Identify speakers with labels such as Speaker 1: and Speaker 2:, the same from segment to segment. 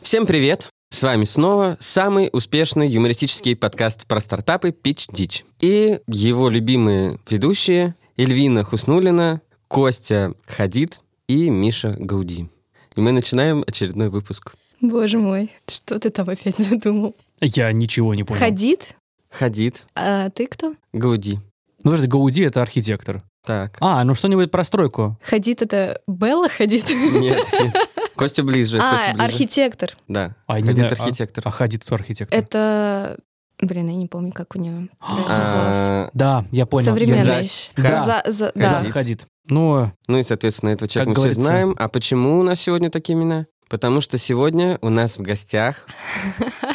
Speaker 1: Всем привет! С вами снова самый успешный юмористический подкаст про стартапы «Пич Дич». И его любимые ведущие Эльвина Хуснулина, Костя Хадид и Миша Гауди. И мы начинаем очередной выпуск.
Speaker 2: Боже мой, что ты там опять задумал?
Speaker 3: Я ничего не понял.
Speaker 2: Хадид?
Speaker 1: Хадид,
Speaker 2: А ты кто?
Speaker 1: Гауди.
Speaker 3: Ну, подожди, Гауди — это архитектор.
Speaker 1: Так.
Speaker 3: А, ну что-нибудь про стройку.
Speaker 2: Хадид это Белла Хадид?
Speaker 1: Нет, нет. Костя ближе,
Speaker 2: А,
Speaker 1: Костя ближе.
Speaker 2: архитектор.
Speaker 1: Да,
Speaker 3: А, я не
Speaker 1: Хадид
Speaker 3: знаю, а-
Speaker 1: архитектор.
Speaker 3: А Хадид — архитектор.
Speaker 2: Это... Блин, я не помню, как у него проект назывался.
Speaker 1: А,
Speaker 3: Да, я понял.
Speaker 2: Современная
Speaker 1: Дизайн.
Speaker 2: вещь.
Speaker 3: Да.
Speaker 2: За- за-
Speaker 3: Я знаю.
Speaker 1: Хадид.
Speaker 2: Да.
Speaker 3: Да, Хадид. Ну,
Speaker 1: Ну и, соответственно, этого человека
Speaker 3: Как
Speaker 1: мы все
Speaker 3: говорится.
Speaker 1: знаем. А почему у нас сегодня такие имена? Потому что сегодня у нас в гостях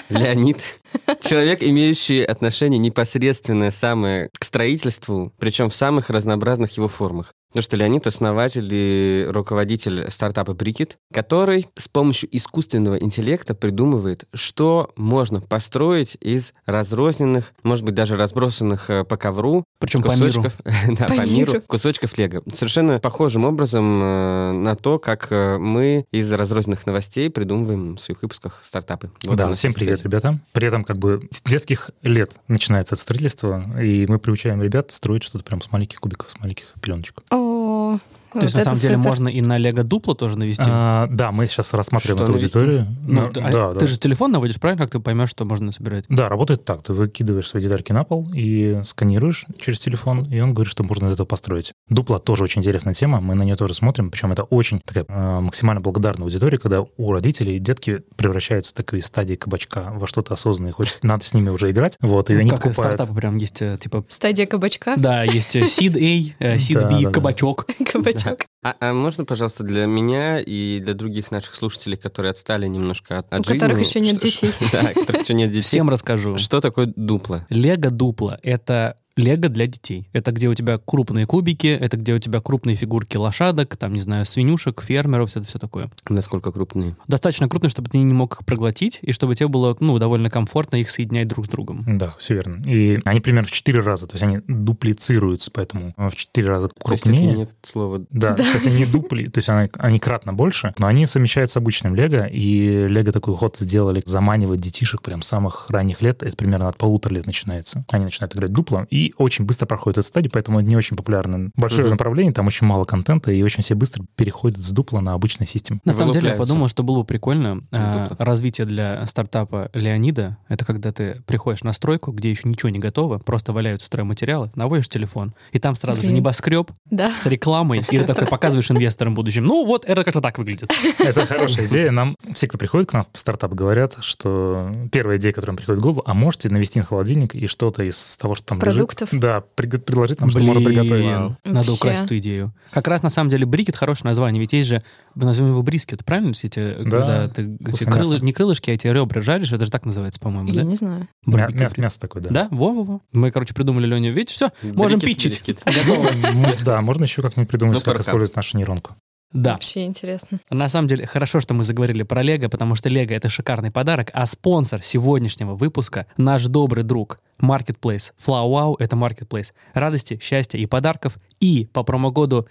Speaker 1: Леонид, человек, имеющий отношение непосредственное самое к строительству, причем в самых разнообразных его формах. Потому что Леонид — основатель и руководитель стартапа Брикет, который с помощью искусственного интеллекта придумывает, что можно построить из разрозненных, может быть, даже разбросанных э, по ковру
Speaker 3: причем по миру.
Speaker 1: кусочков, да,
Speaker 2: По
Speaker 1: по миру,
Speaker 2: миру.
Speaker 1: кусочков лего. Совершенно похожим образом э, на то, как э, мы из разрозненных новостей придумываем в своих выпусках стартапы. Вот
Speaker 4: да,
Speaker 1: оно
Speaker 4: всем
Speaker 1: всё
Speaker 4: привет,
Speaker 1: здесь.
Speaker 4: ребята. При этом как бы с детских лет начинается от строительства, и мы приучаем ребят строить что-то прям с маленьких кубиков, с маленьких пеленочек.
Speaker 2: О,
Speaker 3: То есть, на самом деле, можно и на Лего Дупло тоже навести.
Speaker 4: А, да, мы сейчас рассматриваем
Speaker 1: Что
Speaker 4: эту
Speaker 1: навести?
Speaker 4: аудиторию.
Speaker 3: Ну,
Speaker 4: Ну,
Speaker 3: т- а
Speaker 4: да,
Speaker 3: ты
Speaker 4: да.
Speaker 3: же телефон наводишь, правильно? Как ты поймешь, что можно собирать?
Speaker 4: Да, работает так. Ты выкидываешь свои детальки на пол и сканируешь через телефон, и он говорит, что можно из этого построить. Дупла тоже очень интересная тема, мы на нее тоже смотрим, причем это очень такая э, максимально благодарная аудитория, когда у родителей детки превращаются в такие стадии кабачка во что-то осознанное, хочется, надо с ними уже играть, вот, и они
Speaker 3: Ну, как и
Speaker 4: покупают.
Speaker 3: стартапы прям есть, э, типа...
Speaker 2: Стадия кабачка.
Speaker 3: Да, есть э, Seed A, э, Seed
Speaker 4: Да, да,
Speaker 3: B,
Speaker 4: да.
Speaker 3: Кабачок.
Speaker 2: Кабачок.
Speaker 1: А, а можно, пожалуйста, для меня и для других наших слушателей, которые отстали немножко от, от
Speaker 2: У которых
Speaker 1: жизни,
Speaker 2: еще нет
Speaker 1: что-
Speaker 2: детей.
Speaker 1: что- Да, у которых еще нет детей.
Speaker 3: Всем расскажу.
Speaker 1: Что такое дупло?
Speaker 3: Лего дупло — это лего для детей. Это где у тебя крупные кубики, это где у тебя крупные фигурки лошадок, там, не знаю, свинюшек, фермеров, все это все такое.
Speaker 1: Насколько крупные?
Speaker 3: Достаточно крупные, чтобы ты не мог их проглотить, и чтобы тебе было, ну, довольно комфортно их соединять друг с другом.
Speaker 4: Да, все верно. И они примерно в 4 раза, то есть они дуплицируются, поэтому э, в 4 раза крупнее.
Speaker 1: То есть это нет слова
Speaker 4: Да,
Speaker 2: Да.
Speaker 4: кстати, не дупли, то есть они, они кратно больше, но они совмещают с обычным лего, и лего такой ход сделали, заманивать детишек прям с самых ранних лет, это примерно от полутора лет начинается. Они начинают играть дупло и очень быстро проходят эту стадию, поэтому они не очень популярны. Большое
Speaker 1: Мгм.
Speaker 4: направление, там очень мало контента, и очень все быстро переходят с дупла на обычный систем.
Speaker 3: На самом деле, я
Speaker 1: Вылупляются.
Speaker 3: подумал, что было бы прикольно э,
Speaker 1: Дупло.
Speaker 3: развитие для стартапа Леонида. Это когда ты приходишь на стройку, где еще ничего не готово, просто валяются стройматериалы, наводишь телефон, и там сразу же
Speaker 2: Блин.
Speaker 3: небоскреб
Speaker 2: Да.
Speaker 3: с рекламой, и ты такой показываешь инвесторам будущим. Ну, вот это как-то так выглядит.
Speaker 4: Это хорошая идея. Нам все, кто приходит к нам в стартап, говорят, что первая идея, которая им приходит в голову, а можете навести на холодильник и что-то из того, что там лежит,
Speaker 2: Продуктов.
Speaker 4: да, приго- предложить нам, что
Speaker 3: Блин,
Speaker 4: можно приготовить.
Speaker 3: Надо
Speaker 2: Вообще.
Speaker 3: украсть эту идею. Как раз на самом деле брикет хорошее название, ведь есть же, мы назовем его брискет, правильно? Все эти, э,
Speaker 4: Да,
Speaker 3: когда ты эти
Speaker 4: вкусное
Speaker 3: крылы-
Speaker 4: мясо.
Speaker 3: не крылышки, а эти ребра жаришь, это же так называется, по-моему,
Speaker 2: Я
Speaker 3: да?
Speaker 2: не знаю.
Speaker 4: Мя-
Speaker 3: Барбекю
Speaker 4: мя-
Speaker 3: при-
Speaker 4: Мясо такое, да.
Speaker 3: Да, во-во-во. Мы, короче, придумали Лене, видите, все, можем
Speaker 1: брикет,
Speaker 3: питчить.
Speaker 1: брискет.
Speaker 3: Готово.
Speaker 4: Ну, Да, можно еще как-нибудь
Speaker 1: Ну,
Speaker 4: придумать, как
Speaker 1: порка.
Speaker 4: использовать нашу нейронку.
Speaker 3: Да.
Speaker 2: Вообще интересно.
Speaker 3: На самом деле, хорошо, что мы заговорили про Лего, потому что Лего — это шикарный подарок, а спонсор сегодняшнего выпуска — наш добрый друг, Marketplace. FlowWow — это Marketplace. Радости, счастья и подарков. И по промокоду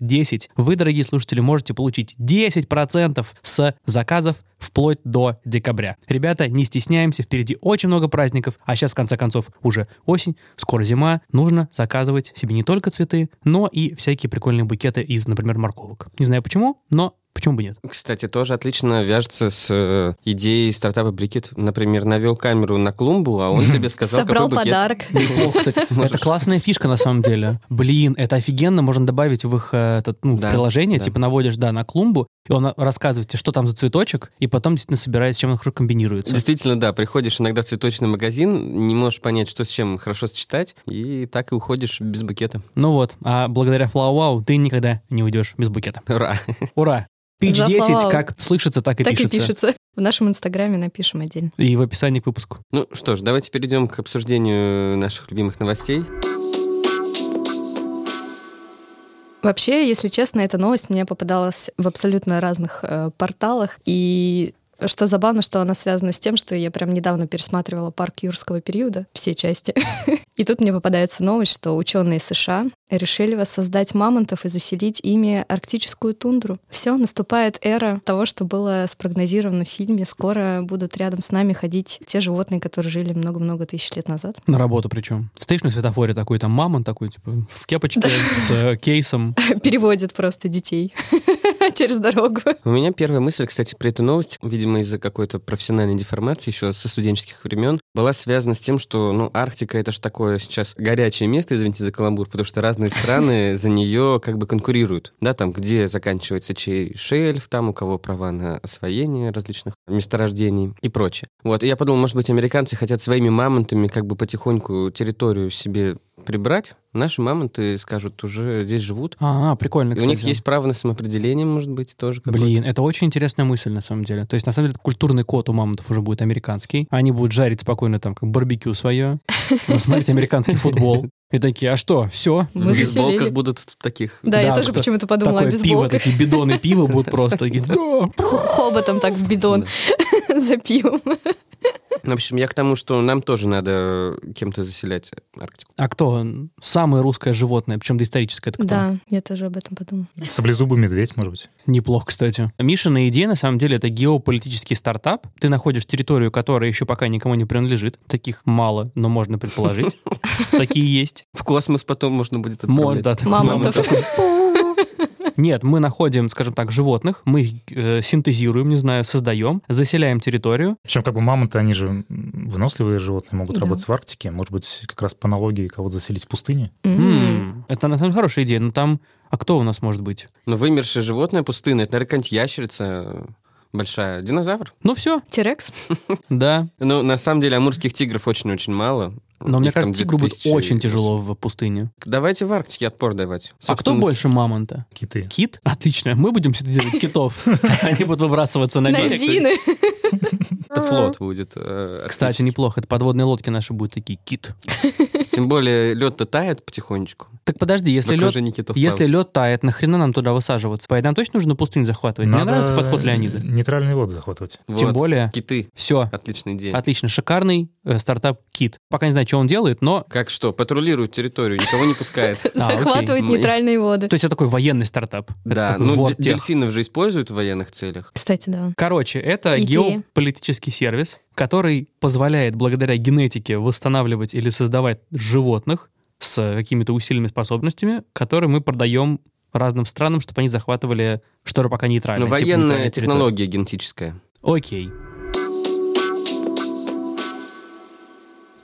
Speaker 3: PITCH10 вы, дорогие слушатели, можете получить 10% с заказов вплоть до декабря. Ребята, не стесняемся, впереди очень много праздников, а сейчас, в конце концов, уже осень, скоро зима, нужно заказывать себе не только цветы, но и всякие прикольные букеты из, например, морковок. Не знаю почему, но почему бы нет?
Speaker 1: Кстати, тоже отлично вяжется с э, идеей стартапа Брикет. Например, навел камеру на клумбу, а он тебе сказал,
Speaker 2: Собрал
Speaker 1: какой букет.
Speaker 2: подарок.
Speaker 3: Неплохо, кстати.
Speaker 1: Можешь.
Speaker 3: Это классная фишка, на самом деле. Блин, это офигенно. Можно добавить в их э, этот, ну, в
Speaker 1: Да,
Speaker 3: приложение.
Speaker 1: да.
Speaker 3: Типа наводишь, да, на клумбу, и он рассказывает тебе, что там за цветочек, и потом действительно собирает, с чем он хорошо комбинируется.
Speaker 1: Действительно, да, приходишь иногда в цветочный магазин, не можешь понять, что с чем хорошо сочетать, и так и уходишь без букета.
Speaker 3: Ну вот, а благодаря FlowWow ты никогда не уйдешь без букета.
Speaker 1: Ура!
Speaker 3: Ура! Пич
Speaker 2: За
Speaker 3: 10
Speaker 2: Flowow.
Speaker 3: как слышится, так и
Speaker 2: Так и
Speaker 3: пишется.
Speaker 2: пишется. В нашем инстаграме напишем отдельно.
Speaker 3: И в описании к выпуску.
Speaker 1: Ну что ж, давайте перейдем к обсуждению наших любимых новостей.
Speaker 2: Вообще, если честно, эта новость мне попадалась в абсолютно разных э, порталах, и Что забавно, что она связана с тем, что я прям недавно пересматривала парк юрского периода, все части. И тут мне попадается новость, что ученые США решили воссоздать мамонтов и заселить ими арктическую тундру. Все, наступает эра того, что было спрогнозировано в фильме. Скоро будут рядом с нами ходить те животные, которые жили много-много тысяч лет назад.
Speaker 3: На работу причем. Стоишь на светофоре такой, там мамонт такой, типа, в кепочке с э, кейсом.
Speaker 2: Переводят просто детей через дорогу.
Speaker 1: У меня первая мысль, кстати, при этой новости, видимо, из-за какой-то профессиональной деформации еще со студенческих времен, была связана с тем, что, ну, Арктика — это же такое сейчас горячее место, извините за каламбур, потому что разные страны за нее как бы конкурируют. Да, там, где заканчивается чей шельф, там у кого права на освоение различных месторождений и прочее. Вот, и я подумал, может быть, американцы хотят своими мамонтами как бы потихоньку территорию себе прибрать, наши мамонты скажут, уже здесь живут.
Speaker 3: А, прикольно,
Speaker 1: И у них есть право на самоопределение, может быть, тоже какое-то.
Speaker 3: Блин, это очень интересная мысль, на самом деле. То есть, на самом деле, культурный код у мамонтов уже будет американский. Они будут жарить спокойно там как барбекю свое, смотреть американский футбол. И такие, а что, все?
Speaker 2: Мы
Speaker 1: в бейсболках
Speaker 2: заселили.
Speaker 1: будут таких.
Speaker 2: Да, я
Speaker 3: Да,
Speaker 2: тоже
Speaker 3: кто-
Speaker 2: почему-то подумала о
Speaker 3: Такое пиво,
Speaker 2: бейсболке.
Speaker 3: такие бидоны пива будут просто. такие, «Да».
Speaker 2: Хоботом так в бидон за пивом.
Speaker 1: Ну, В общем, я к тому, что нам тоже надо э, кем-то заселять Арктику.
Speaker 3: А кто? Самое русское животное, причем доисторическое, это кто?
Speaker 2: Да, я тоже об этом подумала.
Speaker 4: Саблезубый медведь, может быть.
Speaker 3: Неплохо, кстати. Мишина идея, на самом деле, это геополитический стартап. Ты находишь территорию, которая еще пока никому не принадлежит. Таких мало, но можно предположить. что Такие есть.
Speaker 1: В космос потом можно будет отправлять.
Speaker 3: Мод, да, так-
Speaker 2: Мамонтов.
Speaker 3: Нет, мы находим, скажем так, животных, мы их э, синтезируем, не знаю, создаем, заселяем территорию.
Speaker 4: Причем как бы мамонты, они же м, выносливые животные, могут
Speaker 2: Да.
Speaker 4: работать в Арктике. Может быть, как раз по аналогии кого-то заселить в пустыне.
Speaker 2: М.
Speaker 3: М, Это на самом деле хорошая идея, но там... А кто у нас может быть?
Speaker 1: Но вымершее животное пустынное, это, наверное, какая-нибудь ящерица э, большая. Динозавр?
Speaker 3: Ну все,
Speaker 2: Терекс?
Speaker 3: да.
Speaker 1: Ну, на самом деле, амурских тигров очень-очень мало.
Speaker 3: Но мне
Speaker 1: Их там
Speaker 3: кажется, тигру будет
Speaker 1: 2000.
Speaker 3: очень тяжело в пустыне.
Speaker 1: Давайте в Арктике отпор давать.
Speaker 3: А кто
Speaker 1: Собственно,
Speaker 3: больше мамонта?
Speaker 4: Киты.
Speaker 3: Кит? Отлично. Мы будем синтезировать китов. Они будут выбрасываться на берег.
Speaker 2: Найдины.
Speaker 1: Это
Speaker 2: А.
Speaker 1: флот будет. э,
Speaker 3: Кстати,
Speaker 1: арктический.
Speaker 3: неплохо. Это подводные лодки наши будут такие кит.
Speaker 1: Тем более, лед-то тает потихонечку.
Speaker 3: Так подожди, если лед, если лед тает, нахрена нам туда высаживаться? Поэтому нам точно нужно пустыню захватывать. Мне
Speaker 4: Надо
Speaker 3: нравится подход Леонида.
Speaker 4: Нейтральные воды захватывать.
Speaker 3: Тем более,
Speaker 1: Киты.
Speaker 3: все.
Speaker 1: Отличная идея.
Speaker 3: Отлично, шикарный э, стартап Кит. Пока не знаю, что он делает, но
Speaker 1: Как что? Патрулирует территорию, никого не пускает.
Speaker 3: А, окей.
Speaker 2: Захватывают
Speaker 1: Мы-
Speaker 2: нейтральные воды.
Speaker 3: то есть это такой военный стартап. Это
Speaker 1: Да,
Speaker 3: такой
Speaker 1: ну
Speaker 3: вор
Speaker 1: де-
Speaker 3: тех.
Speaker 1: дельфинов же используют в военных целях.
Speaker 2: Кстати, да.
Speaker 3: Короче, это
Speaker 2: Идея.
Speaker 3: геополитический сервис, который позволяет благодаря генетике восстанавливать или создавать животных с э, какими-то усиленными способностями, которые мы продаем разным странам, чтобы они захватывали, что пока нейтрально.
Speaker 1: Но
Speaker 3: типа
Speaker 1: Ну, военная
Speaker 3: нейтральная территория.
Speaker 1: технология генетическая.
Speaker 3: Окей.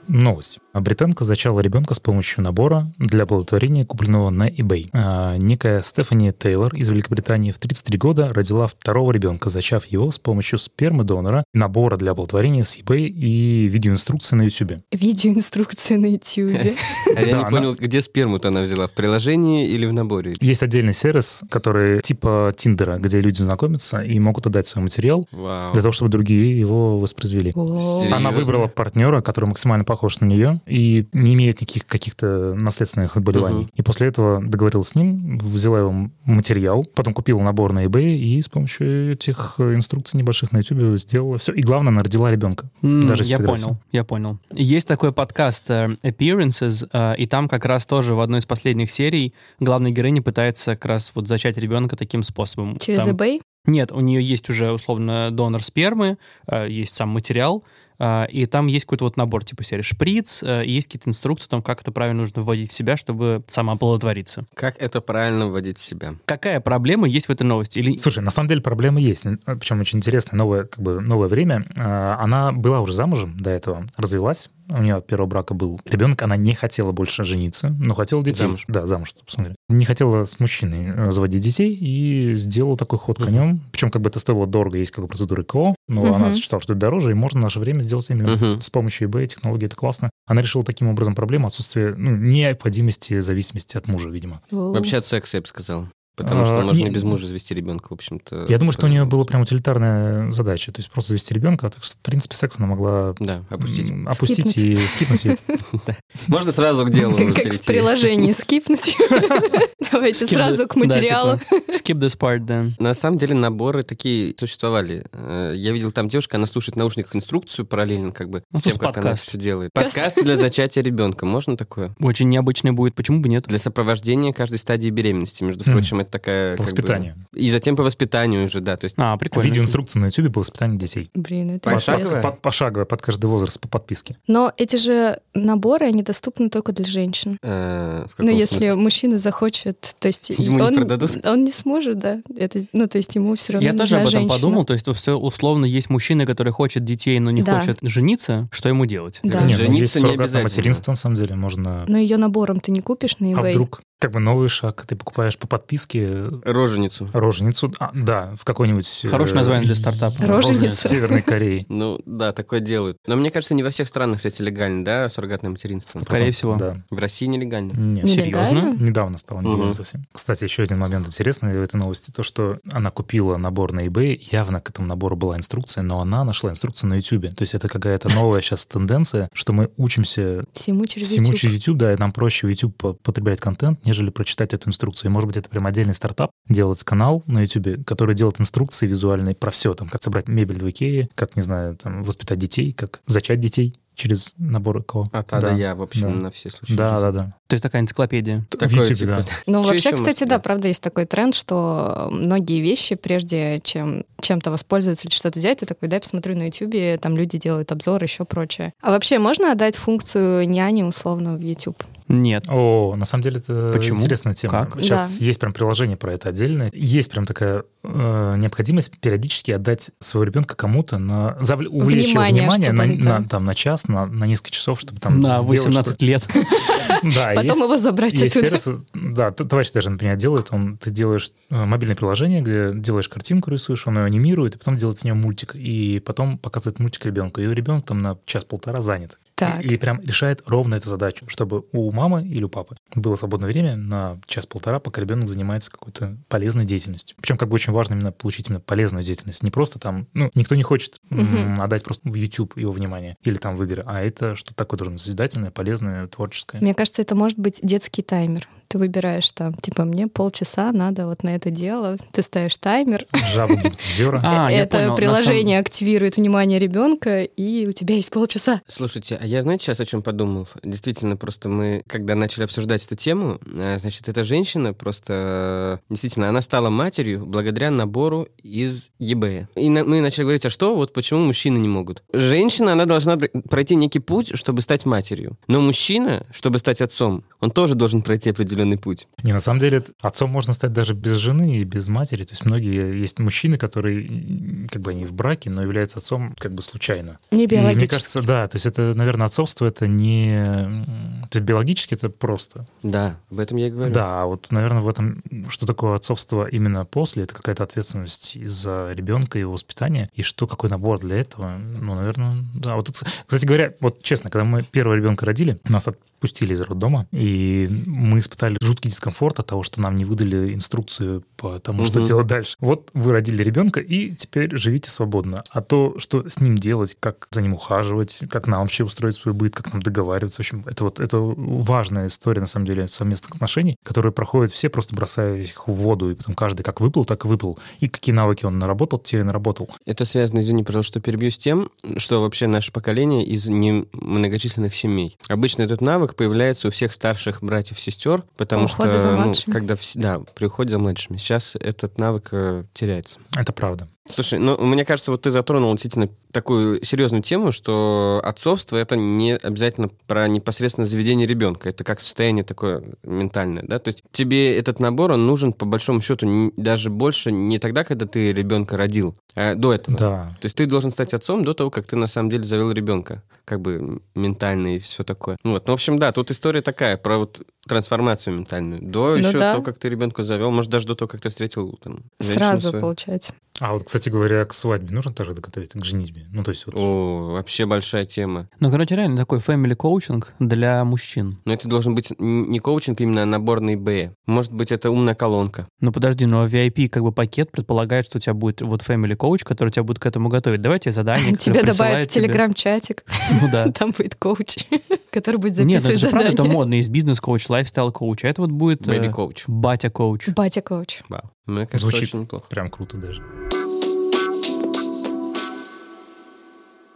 Speaker 4: Новость. А Британка зачала ребенка с помощью набора для благотворения, купленного на eBay. А, некая Стефани Тейлор из Великобритании в 33 года родила второго ребенка, зачав его с помощью спермы донора, набора для благотворения с eBay и видеоинструкции на YouTube.
Speaker 2: Видеоинструкции на YouTube.
Speaker 1: А я
Speaker 4: Да,
Speaker 1: не
Speaker 4: она-
Speaker 1: понял, где сперму-то она взяла, в приложении или в наборе?
Speaker 4: Есть отдельный сервис, который типа Тиндера, где люди знакомятся и могут отдать свой материал
Speaker 1: Вау.
Speaker 4: для того, чтобы другие его воспроизвели.
Speaker 2: О.
Speaker 1: Серьезно?
Speaker 4: Она выбрала партнера, который максимально похож на нее и не имеет никаких каких-то наследственных заболеваний.
Speaker 1: Мгм.
Speaker 4: И после этого договорилась с ним, взяла его м- материал, потом купила набор на eBay и с помощью этих э, инструкций небольших на YouTube сделала все. И главное, она родила ребенка.
Speaker 3: М,
Speaker 4: Даже с
Speaker 3: я
Speaker 4: фотографией.
Speaker 3: понял, я понял. Есть такой подкаст э, Appearances, э, и там как раз тоже в одной из последних серий главная героиня пытается как раз вот зачать ребенка таким способом.
Speaker 2: Через
Speaker 3: Там-
Speaker 2: eBay?
Speaker 3: Нет, у нее есть уже условно донор спермы, э, есть сам материал, э, и там есть какой-то вот набор типа серии шприц, э, и есть какие-то инструкции о том, как это правильно нужно вводить в себя, чтобы сама оплодотвориться.
Speaker 1: Как это правильно вводить в себя?
Speaker 3: Какая проблема есть в этой новости? Или...
Speaker 4: Слушай, на самом деле проблема есть. Причем очень интересно, новое, как бы, новое время. Э, Она была уже замужем до этого, развелась. У нее от первого брака был ребенок, она не хотела больше жениться, но хотела детей.
Speaker 1: Замуж.
Speaker 4: Да, замуж, собственно говоря. Не хотела с мужчиной э, заводить детей и сделала такой ход
Speaker 1: Мгм.
Speaker 4: конем. Причем как бы это стоило дорого, есть как бы процедуры КО, но
Speaker 2: Мгм.
Speaker 4: она считала, что это дороже, и можно в наше время сделать именно
Speaker 1: Мгм.
Speaker 4: с помощью eBay технологии, это классно. Она решила таким образом проблему отсутствия ну, необходимости зависимости от мужа, видимо.
Speaker 2: О.
Speaker 1: Вообще от секса, я бы сказал. Потому что
Speaker 4: А,
Speaker 1: можно
Speaker 4: не-
Speaker 1: и без мужа завести ребенка, в общем-то.
Speaker 4: Я думаю, что у нее
Speaker 1: поэтому-
Speaker 4: была прям утилитарная задача, то есть просто завести ребенка, так что, в принципе, секс она могла
Speaker 1: Да, опустить.
Speaker 4: м, опустить
Speaker 2: Скипнуть.
Speaker 4: и скипнуть. и-
Speaker 1: Можно сразу к делу
Speaker 2: Как в
Speaker 1: перейти.
Speaker 2: приложении скипнуть. Давайте
Speaker 3: Skip the-
Speaker 2: сразу к
Speaker 3: да,
Speaker 2: материалу.
Speaker 3: типа, skip this part then.
Speaker 1: На самом деле наборы такие существовали. Э, Я видел там девушка, она слушает в наушниках инструкцию параллельно, как бы,
Speaker 3: Ну,
Speaker 1: с тем,
Speaker 3: слушай,
Speaker 1: как она
Speaker 3: подкаст.
Speaker 1: все делает.
Speaker 2: Подкаст.
Speaker 1: Подкаст для зачатия ребенка. Можно такое?
Speaker 3: Очень необычный будет, почему бы нет?
Speaker 1: Для сопровождения каждой стадии беременности. Между
Speaker 4: Хм.
Speaker 1: прочим, это такая...
Speaker 4: По
Speaker 1: как бы,
Speaker 4: воспитанию.
Speaker 1: И затем по воспитанию уже, да. То есть
Speaker 3: А, прикольно.
Speaker 4: Видеоинструкция на YouTube по воспитанию детей.
Speaker 2: Блин, это
Speaker 1: Пошагово?
Speaker 2: интересно.
Speaker 4: По- Пошагово, под каждый возраст, по подписке.
Speaker 2: Но эти же наборы, они доступны только для женщин.
Speaker 1: э, в
Speaker 2: Ну,
Speaker 1: каком
Speaker 2: если
Speaker 1: смысле?
Speaker 2: мужчина захочет, то есть и
Speaker 1: Ему не
Speaker 2: он,
Speaker 1: продадут?
Speaker 2: он не сможет, да. Это, ну, то есть ему все равно
Speaker 3: Я
Speaker 2: нужна
Speaker 3: тоже об этом
Speaker 2: женщина.
Speaker 3: подумал, то есть все условно есть мужчина, который хочет детей, но не
Speaker 2: Да.
Speaker 3: хочет жениться, что ему делать?
Speaker 2: Да.
Speaker 4: Не, ну,
Speaker 1: Жениться
Speaker 4: есть
Speaker 1: не
Speaker 4: суррогатное
Speaker 1: обязательно.
Speaker 4: материнство, на самом деле, можно...
Speaker 2: Но ее набором ты не купишь на
Speaker 4: А
Speaker 2: eBay.
Speaker 4: вдруг? Как бы новый шаг, ты покупаешь по подписке э,
Speaker 1: Роженицу.
Speaker 4: роженицу, а, да, в какой-нибудь... э,
Speaker 3: Хорошее название для стартапа.
Speaker 2: Роженица.
Speaker 4: Северной Кореи.
Speaker 1: Ну, да, такое делают. Но мне кажется, не во всех странах, кстати, легально, да, суррогатное материнство.
Speaker 3: Скорее всего.
Speaker 4: Да.
Speaker 1: В России нелегально.
Speaker 4: Нет,
Speaker 2: Нелегально?
Speaker 3: серьезно?
Speaker 4: Недавно стало недавно
Speaker 1: Мгм.
Speaker 4: совсем. Кстати, еще один момент интересный в этой новости. То, что она купила набор на eBay, явно к этому набору была инструкция, но она нашла инструкцию на YouTube. То есть это какая-то новая сейчас тенденция, что мы учимся
Speaker 2: Всему через
Speaker 4: всему
Speaker 2: YouTube.
Speaker 4: через YouTube, да, и нам проще в YouTube по- потреблять контент, нежели прочитать эту инструкцию. И, может быть, это прям отдельный стартап, делать канал на YouTube, который делает инструкции визуальные про все, там, как собрать мебель в Икее, как, не знаю, там, воспитать детей, как зачать детей через набор ЭКО.
Speaker 1: А та да я, в общем,
Speaker 4: да.
Speaker 1: на все случаи.
Speaker 4: Да,
Speaker 1: жизни.
Speaker 4: да, да.
Speaker 3: То есть такая энциклопедия.
Speaker 4: В
Speaker 1: Такое,
Speaker 4: YouTube,
Speaker 1: типа,
Speaker 4: да.
Speaker 2: Ну,
Speaker 1: Чё
Speaker 2: вообще,
Speaker 1: ещё
Speaker 2: кстати,
Speaker 1: может
Speaker 2: да,
Speaker 1: быть?
Speaker 2: правда, есть такой тренд, что многие вещи, прежде чем чем-то воспользоваться или что-то взять, ты такой, дай посмотрю на Ютубе, там люди делают обзор, еще прочее. А вообще, можно отдать функцию няни условно в YouTube?
Speaker 3: Нет.
Speaker 4: О, на самом деле это
Speaker 3: Почему?
Speaker 4: интересная тема.
Speaker 3: Как?
Speaker 4: Сейчас
Speaker 2: Да.
Speaker 4: есть прям приложение про это отдельное. Есть прям такая э, необходимость периодически отдать своего ребенка кому-то на завл- увлечь его
Speaker 2: Внимание,
Speaker 4: внимание
Speaker 2: чтобы
Speaker 4: на,
Speaker 2: он там-
Speaker 4: на, там, на час, на, на несколько часов, чтобы там
Speaker 3: на
Speaker 4: сделать
Speaker 3: 18 лет.
Speaker 4: что-то. Да,
Speaker 2: Потом
Speaker 4: А есть,
Speaker 2: его забрать
Speaker 4: есть
Speaker 2: оттуда.
Speaker 4: сервисы. Да, т- товарищ даже, например, делает, он, ты делаешь э, мобильное приложение, где делаешь картинку, рисуешь, он ее анимирует, и потом делает с нее мультик, и потом показывает мультик ребенку. И ребенок там на час-полтора занят.
Speaker 2: Так.
Speaker 4: И, и прям решает ровно эту задачу, чтобы у мамы или у папы было свободное время на час-полтора, пока ребенок занимается какой-то полезной деятельностью. Причем как бы очень важно именно получить именно полезную деятельность. Не просто там, ну, никто не хочет м, отдать просто в YouTube его внимание или там в игры, а это что-то такое должно быть созидательное, полезное, творческое.
Speaker 2: Мне кажется, это может быть детский таймер. Ты выбираешь там, типа, мне полчаса надо вот на это дело. Ты ставишь таймер. Э,
Speaker 4: Жаба гипнотизера.
Speaker 3: А, я
Speaker 2: это
Speaker 3: понял. На
Speaker 2: приложение активирует внимание ребенка, и у тебя есть полчаса.
Speaker 1: Слушайте, а я, знаете, сейчас о чем подумал? Действительно, просто мы, когда начали обсуждать эту тему, э, значит, эта женщина просто, э, действительно, она стала матерью благодаря набору из eBay. И на- мы начали говорить, а что, вот почему мужчины не могут? Женщина, она должна д- пройти некий путь, чтобы стать матерью. Но мужчина, чтобы стать отцом, он тоже должен пройти определенный путь.
Speaker 4: Не, на самом деле, отцом можно стать даже без жены и без матери. То есть многие есть мужчины, которые м, как бы они в браке, но являются отцом как бы случайно.
Speaker 2: Не
Speaker 4: И
Speaker 2: биологически.
Speaker 4: мне кажется, да, то есть это, наверное, отцовство это не... м, То есть биологически это просто.
Speaker 1: Да, об этом я и говорю.
Speaker 4: Да, а вот, наверное, в этом, что такое отцовство именно после, это какая-то ответственность и за ребенка, и его воспитания, и что, какой набор для этого, ну, наверное, да. Вот, это, кстати говоря, вот честно, когда мы первого ребенка родили, нас отпустили из роддома, и мы испытали жуткий дискомфорт от того, что нам не выдали инструкцию по тому, что
Speaker 1: Мгм.
Speaker 4: делать дальше. Вот вы родили ребенка, и теперь живите свободно. А то, что с ним делать, как за ним ухаживать, как нам вообще устроить свой быт, как нам договариваться, в общем, это вот это важная история, на самом деле, совместных отношений, которые проходят все, просто бросая их в воду, и потом каждый как выплыл, так и выплыл. И какие навыки он наработал, те и наработал.
Speaker 1: Это связано, извини, пожалуйста, что перебью, с тем, что вообще наше поколение из немногочисленных семей. Обычно этот навык появляется у всех старших братьев сестер, потому
Speaker 2: По уходу
Speaker 1: что
Speaker 2: за
Speaker 1: ну,
Speaker 2: младшими.
Speaker 1: когда вс- да, при уходе за младшими. Сейчас этот навык э, теряется.
Speaker 4: Это правда.
Speaker 1: Слушай, ну мне кажется, вот ты затронул действительно такую серьезную тему, что отцовство это не обязательно про непосредственно заведение ребенка, это как состояние такое ментальное, да, то есть тебе этот набор он нужен по большому счету н- даже больше не тогда, когда ты ребенка родил, а до этого.
Speaker 4: Да.
Speaker 1: То есть ты должен стать отцом до того, как ты на самом деле завел ребенка, как бы м, ментально и все такое. Ну Вот, ну, в общем, да, тут история такая про вот трансформацию ментальную. До
Speaker 2: Ну
Speaker 1: еще
Speaker 2: да.
Speaker 1: того, как ты ребенка завел, может даже до того, как ты встретил там женщину
Speaker 2: Сразу
Speaker 1: свою.
Speaker 2: получается.
Speaker 4: А вот, кстати говоря, к свадьбе нужно тоже готовить, к женитьбе. Ну, то есть вот...
Speaker 1: О, вообще большая тема.
Speaker 3: Ну, короче, реально такой family коучинг для мужчин.
Speaker 1: Но это должен быть н- не коучинг, именно а набор на eBay. Может быть, это умная колонка.
Speaker 3: Ну, подожди, но VIP как бы пакет предполагает, что у тебя будет вот family коуч, который тебя будет к этому готовить. Давайте задание, которое
Speaker 2: Тебя добавят в
Speaker 3: присылает тебе.
Speaker 2: телеграм-чатик,
Speaker 3: Ну да.
Speaker 2: там будет коуч, который будет
Speaker 3: Нет, ну это
Speaker 2: записывать
Speaker 3: же правда, это
Speaker 2: задания.
Speaker 3: модно. Есть бизнес-коуч, лайфстайл-коуч, а это вот будет э,
Speaker 1: Бэби-коуч.
Speaker 3: батя-коуч.
Speaker 2: Батя-коуч.
Speaker 1: Вау. Мне кажется,
Speaker 4: Звучит.
Speaker 1: очень неплохо.
Speaker 4: Прям круто даже.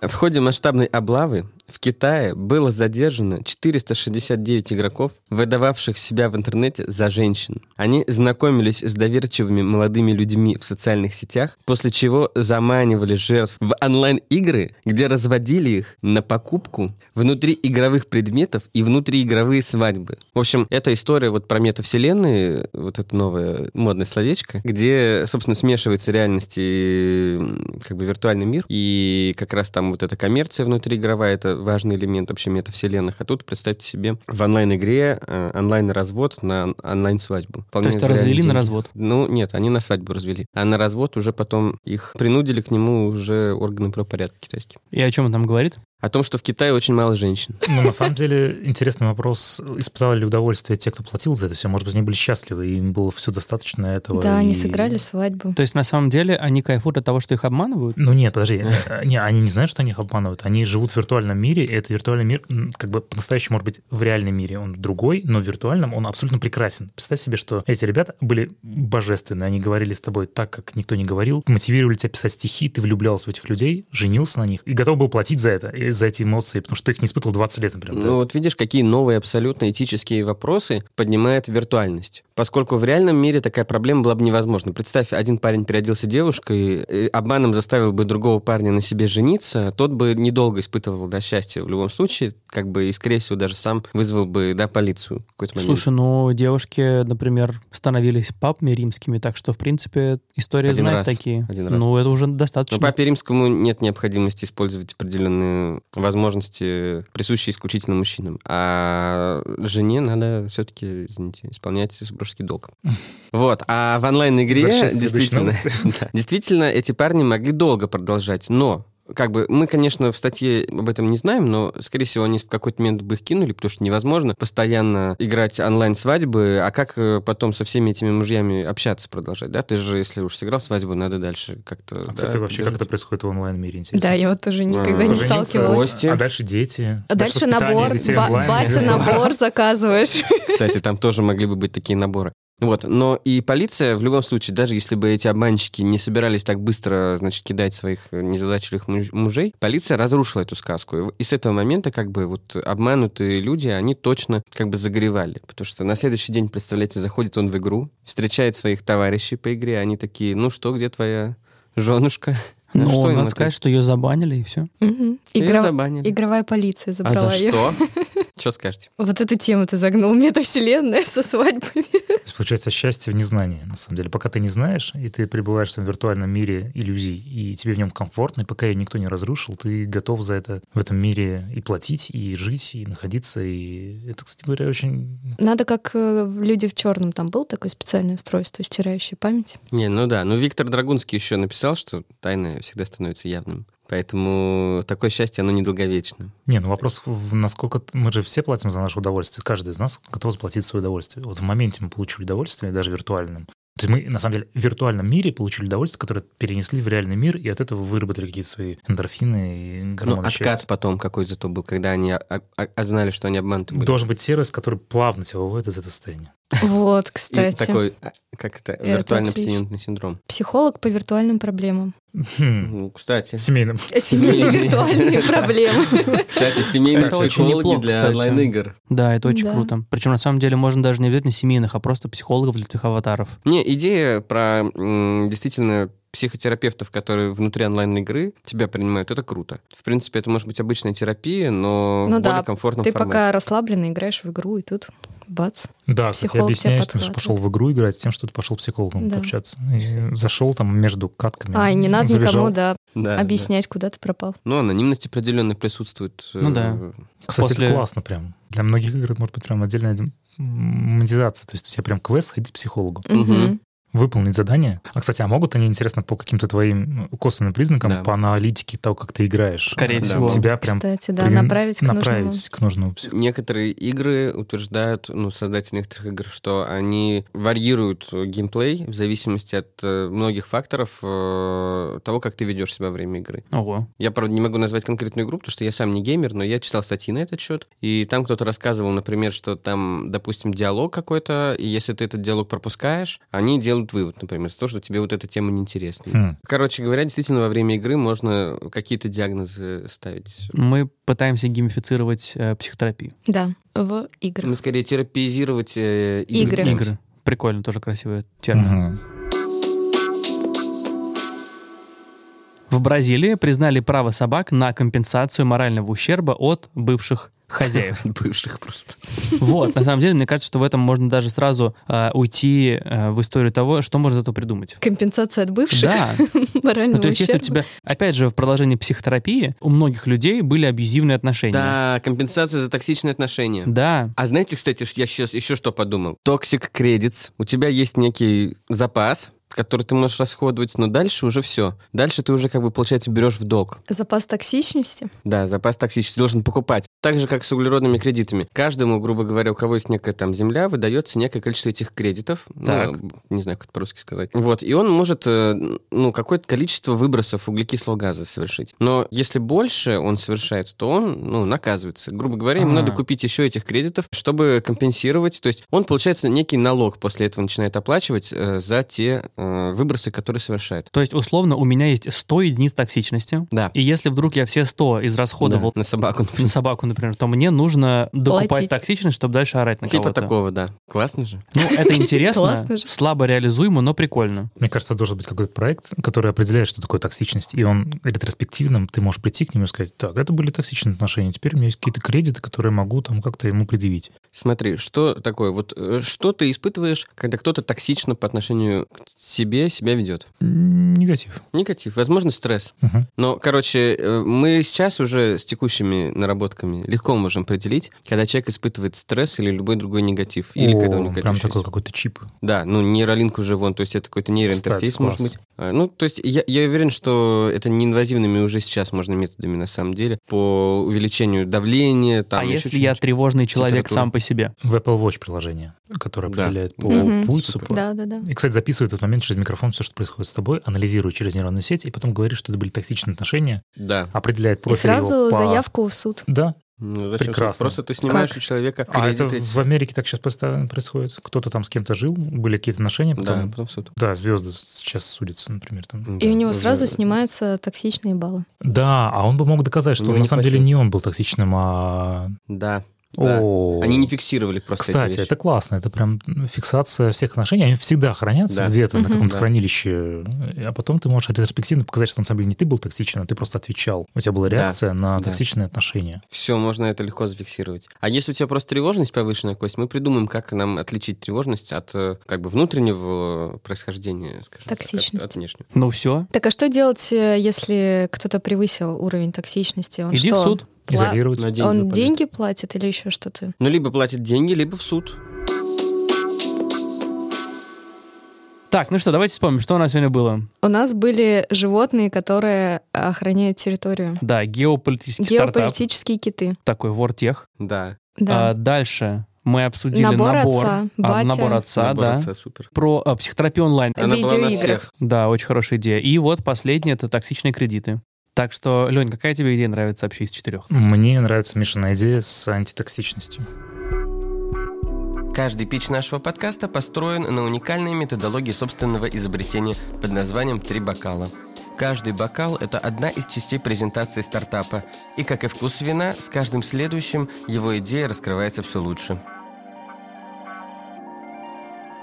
Speaker 1: В ходе масштабной облавы в Китае было задержано 469 игроков, выдававших себя в интернете за женщин. Они знакомились с доверчивыми молодыми людьми в социальных сетях, после чего заманивали жертв в онлайн-игры, где разводили их на покупку внутри игровых предметов и внутриигровые свадьбы. В общем, эта история вот про метавселенные, вот это новое модное словечко, где, собственно, смешивается реальность и м, как бы виртуальный мир, и как раз там вот эта коммерция внутриигровая, это важный элемент вообще метавселенных. А тут, представьте себе, в онлайн-игре э, онлайн-развод на онлайн-свадьбу.
Speaker 3: То есть
Speaker 1: Вполне
Speaker 3: развели на
Speaker 1: реальный
Speaker 3: развод.
Speaker 1: ну, нет, они на свадьбу развели. А на развод уже потом их принудили к нему уже органы правопорядка китайские.
Speaker 3: И о чем он там говорит?
Speaker 1: О том, что в Китае очень мало женщин.
Speaker 4: Ну, на самом деле, интересный вопрос. Испытали ли удовольствие те, кто платил за это все? Может быть, они были счастливы, и им было все достаточно этого.
Speaker 2: Да,
Speaker 4: и-
Speaker 2: они сыграли свадьбу.
Speaker 3: То есть на самом деле они кайфуют от того, что их обманывают?
Speaker 4: Ну нет, подожди, Э, не, они не знают, что они их обманывают. Они живут в виртуальном мире, и этот виртуальный мир, м, как бы по-настоящему, может быть, в реальном мире он другой, но в виртуальном он абсолютно прекрасен. Представь себе, что эти ребята были божественны, они говорили с тобой так, как никто не говорил, мотивировали тебя писать стихи, ты влюблялся в этих людей, женился на них и готов был платить за это, и за эти эмоции, потому что ты их не испытывал 20 лет, например.
Speaker 1: Ну, вот видишь, какие новые абсолютно этические вопросы поднимает виртуальность. Поскольку в реальном мире такая проблема была бы невозможна. Представь, один парень переоделся девушкой, э, обманом заставил бы другого парня на себе жениться, а тот бы недолго испытывал да, счастье в любом случае, как бы и, скорее всего, даже сам вызвал бы да, полицию в какой-то момент.
Speaker 3: Слушай, ну девушки, например, становились папами римскими, так что, в принципе, история
Speaker 1: Один
Speaker 3: знает
Speaker 1: раз.
Speaker 3: такие.
Speaker 1: Один раз.
Speaker 3: Ну, это уже
Speaker 1: Но
Speaker 3: достаточно.
Speaker 1: папе римскому нет необходимости использовать определенные возможности, присущие исключительно мужчинам. А жене надо все-таки, извините, исполнять супружеский долг. Вот. А в онлайн-игре
Speaker 4: Возвращаясь к предыдущей
Speaker 1: действительно, да, действительно эти парни могли долго продолжать, но как бы мы, конечно, в статье об этом не знаем, но, скорее всего, они в какой-то момент бы их кинули, потому что невозможно постоянно играть онлайн-свадьбы, а как э, потом со всеми этими мужьями общаться продолжать, да? Ты же, если уж сыграл свадьбу, надо дальше как-то...
Speaker 4: А,
Speaker 1: да,
Speaker 4: Кстати, вообще, как
Speaker 1: поддерживать.
Speaker 4: это происходит в онлайн-мире, интересно.
Speaker 2: Да, я вот тоже никогда не
Speaker 1: Пожениться,
Speaker 2: сталкивалась.
Speaker 1: гости.
Speaker 4: А дальше дети.
Speaker 2: А дальше
Speaker 4: воспитание
Speaker 2: набор,
Speaker 4: детей
Speaker 2: ба-
Speaker 4: онлайн.
Speaker 2: батя набор заказываешь.
Speaker 1: Кстати, там тоже могли бы быть такие наборы. Вот, но и полиция, в любом случае, даже если бы эти обманщики не собирались так быстро, значит, кидать своих незадачливых муж- мужей, полиция разрушила эту сказку. И в- И с этого момента, как бы, вот обманутые люди, они точно как бы загоревали. Потому что на следующий день, представляете, заходит он в игру, встречает своих товарищей по игре, они такие, ну что, где твоя женушка?
Speaker 3: Ну,
Speaker 1: что им
Speaker 3: надо
Speaker 1: ответить?
Speaker 3: сказать, что ее забанили, и все.
Speaker 2: Мгм.
Speaker 1: Её
Speaker 2: Игра-
Speaker 1: забанили.
Speaker 2: Игровая полиция
Speaker 1: А за
Speaker 2: забрала ее.
Speaker 1: что? Что скажете?
Speaker 2: Вот эту тему ты загнул. Метавселенная со свадьбой.
Speaker 4: То есть, получается, счастье в незнании, на самом деле. Пока ты не знаешь, и ты пребываешь в своем виртуальном мире иллюзий, и тебе в нем комфортно, и пока ее никто не разрушил, ты готов за это в этом мире и платить, и жить, и находиться. И это, кстати говоря, очень...
Speaker 2: Надо как э, в «Люди в черном» там был такое специальное устройство, стирающее память.
Speaker 1: Не, ну да, ну Виктор Драгунский еще написал, что тайное всегда становится явным. Поэтому такое счастье, оно недолговечно.
Speaker 4: Не, ну вопрос, в насколько... т- Мы же все платим за наше удовольствие. Каждый из нас готов заплатить свое удовольствие. Вот в моменте мы получили удовольствие, даже виртуальным. То есть мы, на самом деле, в виртуальном мире получили удовольствие, которое перенесли в реальный мир, и от этого выработали какие-то свои эндорфины и
Speaker 1: Ну,
Speaker 4: гормоны
Speaker 1: откат
Speaker 4: счастья.
Speaker 1: потом какой зато был, когда они а- а- а- знали, что они обмануты были.
Speaker 4: Должен быть сервис, который плавно тебя выводит из этого состояния.
Speaker 2: Вот,
Speaker 1: И
Speaker 2: кстати.
Speaker 1: такой, а, как это,
Speaker 2: Это
Speaker 1: виртуальный
Speaker 2: отлично.
Speaker 1: абстинентный синдром.
Speaker 2: Психолог по виртуальным проблемам.
Speaker 4: Хм.
Speaker 1: Ну, кстати,
Speaker 4: Семейным.
Speaker 2: Э, Семейные
Speaker 1: Семейные.
Speaker 2: виртуальные проблемы.
Speaker 1: кстати, семейные
Speaker 3: Это очень
Speaker 1: психологи
Speaker 3: неплохо,
Speaker 1: для
Speaker 3: кстати.
Speaker 1: онлайн-игр.
Speaker 3: Да, это очень
Speaker 2: Да.
Speaker 3: круто. Причем, на самом деле, можно даже не обязательно семейных, а просто психологов для твоих аватаров.
Speaker 1: Не, идея про м, действительно психотерапевтов, которые внутри онлайн-игры тебя принимают, это круто. В принципе, это может быть обычная терапия, но
Speaker 2: Ну
Speaker 1: в более
Speaker 2: да,
Speaker 1: комфортном
Speaker 2: Ты
Speaker 1: формате.
Speaker 2: пока расслабленно играешь в игру, и тут бац.
Speaker 4: Да,
Speaker 2: Психолог
Speaker 4: кстати,
Speaker 2: тебя
Speaker 4: объясняешь, что пошел
Speaker 2: подхватывает.
Speaker 4: в игру играть тем, что ты пошел к психологу
Speaker 2: Да.
Speaker 4: пообщаться. И зашел там между катками.
Speaker 2: А, и не надо никому,
Speaker 4: забежал.
Speaker 2: да,
Speaker 1: Да, да.
Speaker 2: объяснять, куда ты пропал.
Speaker 1: Ну, анонимность определенно присутствует. э,
Speaker 3: Ну да.
Speaker 4: Кстати,
Speaker 3: После-
Speaker 4: это классно прям. Для многих игр это может быть прям отдельная м, монетизация. То есть у тебя прям квест сходить к психологу.
Speaker 1: Мгм.
Speaker 2: Мгм.
Speaker 4: выполнить задание. А, кстати, а могут они, интересно, по каким-то твоим ну, косвенным признакам,
Speaker 1: Да.
Speaker 4: по аналитике того, как ты играешь?
Speaker 3: Скорее
Speaker 4: э,
Speaker 3: всего.
Speaker 4: Тебя прям
Speaker 2: Кстати, да,
Speaker 4: при-
Speaker 2: направить к нужному.
Speaker 4: направить к нужному психологу.
Speaker 1: Некоторые игры утверждают, ну, создатели некоторых игр, что они варьируют э, геймплей в зависимости от э, многих факторов э, того, как ты ведешь себя во время игры.
Speaker 3: Ого.
Speaker 1: Я, правда, не могу назвать конкретную игру, потому что я сам не геймер, но я читал статьи на этот счет, и там кто-то рассказывал, например, что там, допустим, диалог какой-то, и если ты этот диалог пропускаешь, они делают вывод, например, с того, что тебе вот эта тема неинтересна.
Speaker 4: Хм.
Speaker 1: Короче говоря, действительно, во время игры можно какие-то диагнозы ставить.
Speaker 3: Мы пытаемся геймифицировать э, психотерапию.
Speaker 2: Да, в играх.
Speaker 1: Мы скорее терапизировать э,
Speaker 2: Игры.
Speaker 1: пытаемся.
Speaker 3: Игры. Прикольно, тоже красивый термин.
Speaker 4: Мгм.
Speaker 3: В Бразилии признали право собак на компенсацию морального ущерба от бывших хозяев.
Speaker 1: Бывших просто.
Speaker 3: Вот, на самом деле, мне кажется, что в этом можно даже сразу э, уйти э, в историю того, что можно зато придумать.
Speaker 2: Компенсация от бывших,
Speaker 3: Да,
Speaker 2: морального
Speaker 3: ну то есть если у
Speaker 2: ущерба.
Speaker 3: тебя, опять же, в продолжении психотерапии у многих людей были абьюзивные отношения.
Speaker 1: Да, компенсация за токсичные отношения.
Speaker 3: Да,
Speaker 1: А знаете, кстати, ш- я сейчас еще что подумал? Токсик кредитс. У тебя есть некий запас, который ты можешь расходовать, но дальше уже все. Дальше ты уже, как бы, получается, берешь в долг.
Speaker 2: Запас токсичности.
Speaker 1: Да, запас токсичности должен покупать. Так же, как с углеродными кредитами. Каждому, грубо говоря, у кого есть некая там земля, выдается некое количество этих кредитов. Ну,
Speaker 3: Так.
Speaker 1: не знаю, как это по-русски сказать. Вот, и он может, э, ну, какое-то количество выбросов углекислого газа совершить. Но если больше он совершает, то он, ну, наказывается. Грубо говоря, ему
Speaker 3: А.
Speaker 1: надо купить еще этих кредитов, чтобы компенсировать. То есть он, получается, некий налог после этого начинает оплачивать э, за те э, выбросы, которые совершает.
Speaker 3: то есть условно у меня есть 100 единиц токсичности,
Speaker 1: Да.
Speaker 3: и если вдруг я все 100 израсходовал
Speaker 1: Да, на собаку.
Speaker 3: на собаку, например, то мне нужно докупать
Speaker 2: Платить.
Speaker 3: токсичность, чтобы дальше орать на
Speaker 1: Типа
Speaker 3: кого-то.
Speaker 1: такого, да. Классно же.
Speaker 3: Ну, это интересно,
Speaker 2: Классно же.
Speaker 3: слабо реализуемо, но прикольно.
Speaker 4: Мне кажется, должен быть какой-то проект, который определяет, что такое токсичность. И он ретроспективным, ты можешь прийти к нему и сказать, так, это были токсичные отношения, теперь у меня есть какие-то кредиты, которые могу там как-то ему предъявить.
Speaker 1: Смотри, что такое? Вот э, что ты испытываешь, когда кто-то токсично по отношению к себе себя ведет?
Speaker 4: М, Негатив.
Speaker 1: Негатив, возможно, стресс.
Speaker 4: Мгм.
Speaker 1: Но, короче, э, мы сейчас уже с текущими наработками легко можем определить, когда человек испытывает стресс или любой другой негатив. Или когда у
Speaker 4: О,
Speaker 1: него
Speaker 4: Прям
Speaker 1: негатив.
Speaker 4: такой
Speaker 1: есть.
Speaker 4: какой-то чип.
Speaker 1: Да, ну нейролинк уже вон, то есть это какой-то нейроинтерфейс,
Speaker 4: Кстати,
Speaker 1: может
Speaker 4: класс.
Speaker 1: быть. А, Ну, то есть я, я уверен, что это неинвазивными уже сейчас можно методами, на самом деле, по увеличению давления, там
Speaker 3: а
Speaker 1: еще
Speaker 3: если я
Speaker 1: чего-нибудь.
Speaker 3: тревожный человек
Speaker 1: Температура.
Speaker 3: сам по себе?
Speaker 4: В Apple Watch приложение, которое
Speaker 1: Да.
Speaker 4: определяет по
Speaker 2: Мгм.
Speaker 4: пульсу. по-
Speaker 2: Да-да-да.
Speaker 4: И, кстати, записывает в этот момент через микрофон все, что происходит с тобой, анализирует через нейронную сеть, и потом говорит, что это были токсичные отношения,
Speaker 1: Да.
Speaker 4: определяет
Speaker 2: И
Speaker 4: профиль
Speaker 2: сразу
Speaker 4: его по-
Speaker 2: заявку в суд.
Speaker 4: Да.
Speaker 1: Ну, зачем суть?
Speaker 4: Прекрасно.
Speaker 1: Просто ты снимаешь
Speaker 2: Как?
Speaker 1: у человека
Speaker 4: А
Speaker 1: кредит
Speaker 4: это
Speaker 1: эти.
Speaker 4: в Америке так сейчас постоянно происходит. Кто-то там с кем-то жил, были какие-то отношения,
Speaker 1: Да,
Speaker 4: потом...
Speaker 1: потом в суд.
Speaker 4: Да, звезды сейчас судятся, например, там.
Speaker 2: И у него
Speaker 1: Уже-
Speaker 2: сразу снимаются токсичные баллы.
Speaker 4: Да, а он бы мог доказать, что
Speaker 1: У него
Speaker 4: он на
Speaker 1: не
Speaker 4: самом деле
Speaker 1: хватило.
Speaker 4: не он был токсичным, а...
Speaker 1: Да. да.
Speaker 4: О.
Speaker 1: Они не фиксировали просто эти
Speaker 4: Кстати,
Speaker 1: вещи.
Speaker 4: это классно, это прям фиксация всех отношений, они всегда хранятся
Speaker 1: Да.
Speaker 4: где-то на
Speaker 2: Мгм.
Speaker 4: каком-то
Speaker 1: Да.
Speaker 4: хранилище, а потом ты можешь ретроспективно показать, что на самом деле не ты был токсичен, а ты просто отвечал. У тебя была
Speaker 1: Да.
Speaker 4: реакция на
Speaker 1: Да.
Speaker 4: токсичные отношения.
Speaker 1: Все, можно это легко зафиксировать. А если у тебя просто тревожность повышенная, Кость, мы придумаем, как нам отличить тревожность от э, как бы внутреннего происхождения, скажем так, от-
Speaker 2: Токсичности.
Speaker 1: от внешнего.
Speaker 3: Ну все,
Speaker 2: Так а что делать, э, если кто-то превысил уровень токсичности? Он
Speaker 3: иди
Speaker 2: Ну что?
Speaker 3: в суд.
Speaker 2: Пла-
Speaker 4: Изолировать.
Speaker 1: На деньги
Speaker 2: Он
Speaker 1: нападать.
Speaker 2: деньги платит или еще что-то?
Speaker 1: Ну, либо платит деньги, либо в суд.
Speaker 3: Так, ну что, давайте вспомним, что у нас сегодня было.
Speaker 2: У нас были животные, которые охраняют территорию.
Speaker 3: Да, геополитический стартап.
Speaker 2: Геополитические киты.
Speaker 3: Такой вортех.
Speaker 1: Да.
Speaker 2: Да.
Speaker 3: А, дальше мы обсудили
Speaker 2: Набор
Speaker 3: набор. А,
Speaker 2: отца, батя.
Speaker 3: набор отца,
Speaker 1: Набор
Speaker 3: да.
Speaker 1: отца, супер.
Speaker 3: Про а, психотерапию онлайн.
Speaker 2: Э,
Speaker 1: Она была на
Speaker 2: видеоиграх.
Speaker 1: всех.
Speaker 3: Да, очень хорошая идея. И вот последнее — это токсичные кредиты. Так что, Лень, какая тебе идея нравится вообще из четырех?
Speaker 4: Мне нравится Мишина идея с антитоксичностью.
Speaker 1: Каждый пич нашего подкаста построен на уникальной методологии собственного изобретения под названием «Три бокала». Каждый бокал – это одна из частей презентации стартапа. И, как и вкус вина, с каждым следующим его идея раскрывается все лучше.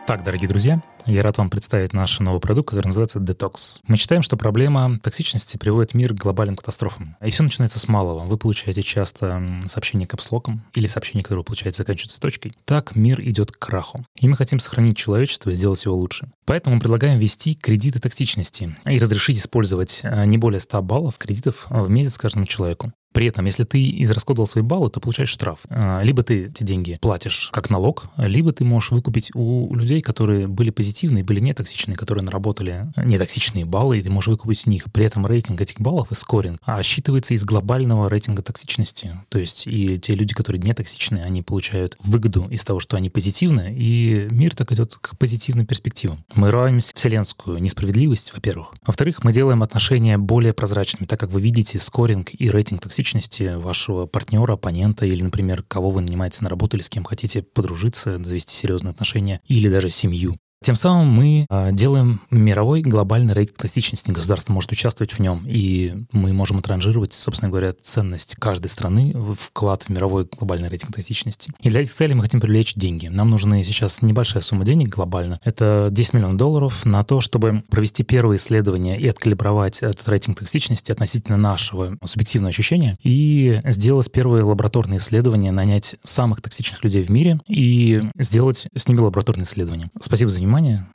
Speaker 4: Так, дорогие друзья, я рад вам представить наш новый продукт, который называется Detox. Мы считаем, что проблема токсичности приводит мир к глобальным катастрофам. И все начинается с малого. Вы получаете часто м, сообщения капслоком или сообщения, которые вы получаете, заканчиваются точкой. Так мир идет к краху. И мы хотим сохранить человечество и сделать его лучше. Поэтому мы предлагаем ввести кредиты токсичности и разрешить использовать э, не более 100 баллов кредитов э, в месяц каждому человеку. При этом, если ты израсходовал свои баллы, то получаешь штраф. А, Либо ты эти деньги платишь как налог, либо ты можешь выкупить у людей, которые были позитивные, были нетоксичные, которые наработали э, нетоксичные баллы, и ты можешь выкупить у них. При этом рейтинг этих баллов и скоринг а, считывается из глобального рейтинга токсичности. То есть и те люди, которые нетоксичные, они получают выгоду из того, что они позитивны, и мир так идет к позитивным перспективам. Мы равняемся вселенскую несправедливость, во-первых. Во-вторых, мы делаем отношения более прозрачными, так как вы видите скоринг и рейтинг токсичности вашего партнера, оппонента или, например, кого вы нанимаете на работу или с кем хотите подружиться, завести серьезные отношения или даже семью. Тем самым мы а, делаем мировой глобальный рейтинг токсичности. Государство может участвовать в нем, и мы можем отранжировать, собственно говоря, ценность каждой страны, в вклад в мировой глобальный рейтинг токсичности. И для этих целей мы хотим привлечь деньги. Нам нужны сейчас небольшая сумма денег глобально. Это 10 миллионов долларов на то, чтобы провести первые исследования и откалибровать этот рейтинг токсичности относительно нашего субъективного ощущения и сделать первые лабораторные исследования, нанять самых токсичных людей в мире и сделать с ними лабораторные исследования. Спасибо за внимание.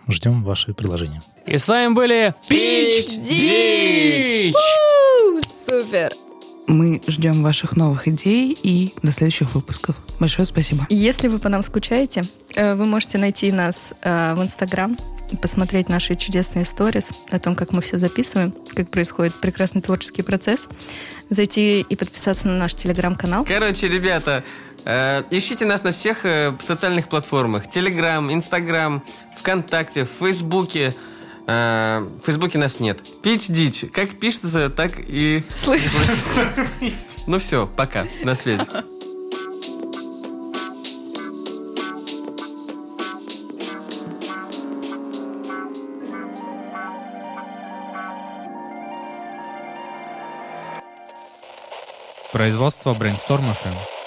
Speaker 4: Ждем ваши предложения.
Speaker 3: И с вами были
Speaker 2: Пич
Speaker 3: Дич!
Speaker 2: Дич! Супер!
Speaker 5: Мы ждем ваших новых идей и до следующих выпусков. Большое спасибо.
Speaker 2: Если вы по нам скучаете, э, вы можете найти нас э, в Инстаграм, посмотреть наши чудесные сторис о том, как мы все записываем, как происходит прекрасный творческий процесс, зайти и подписаться на наш Телеграм-канал.
Speaker 1: Короче, ребята, э, ищите нас на всех э, социальных платформах. Телеграм, Инстаграм, ВКонтакте, в Фейсбуке. Э, в Фейсбуке нас нет. Пич дичь. Как пишется, так и...
Speaker 2: Слышь,
Speaker 1: Ну все, пока. На связи.
Speaker 6: Производство Brainstorm FM.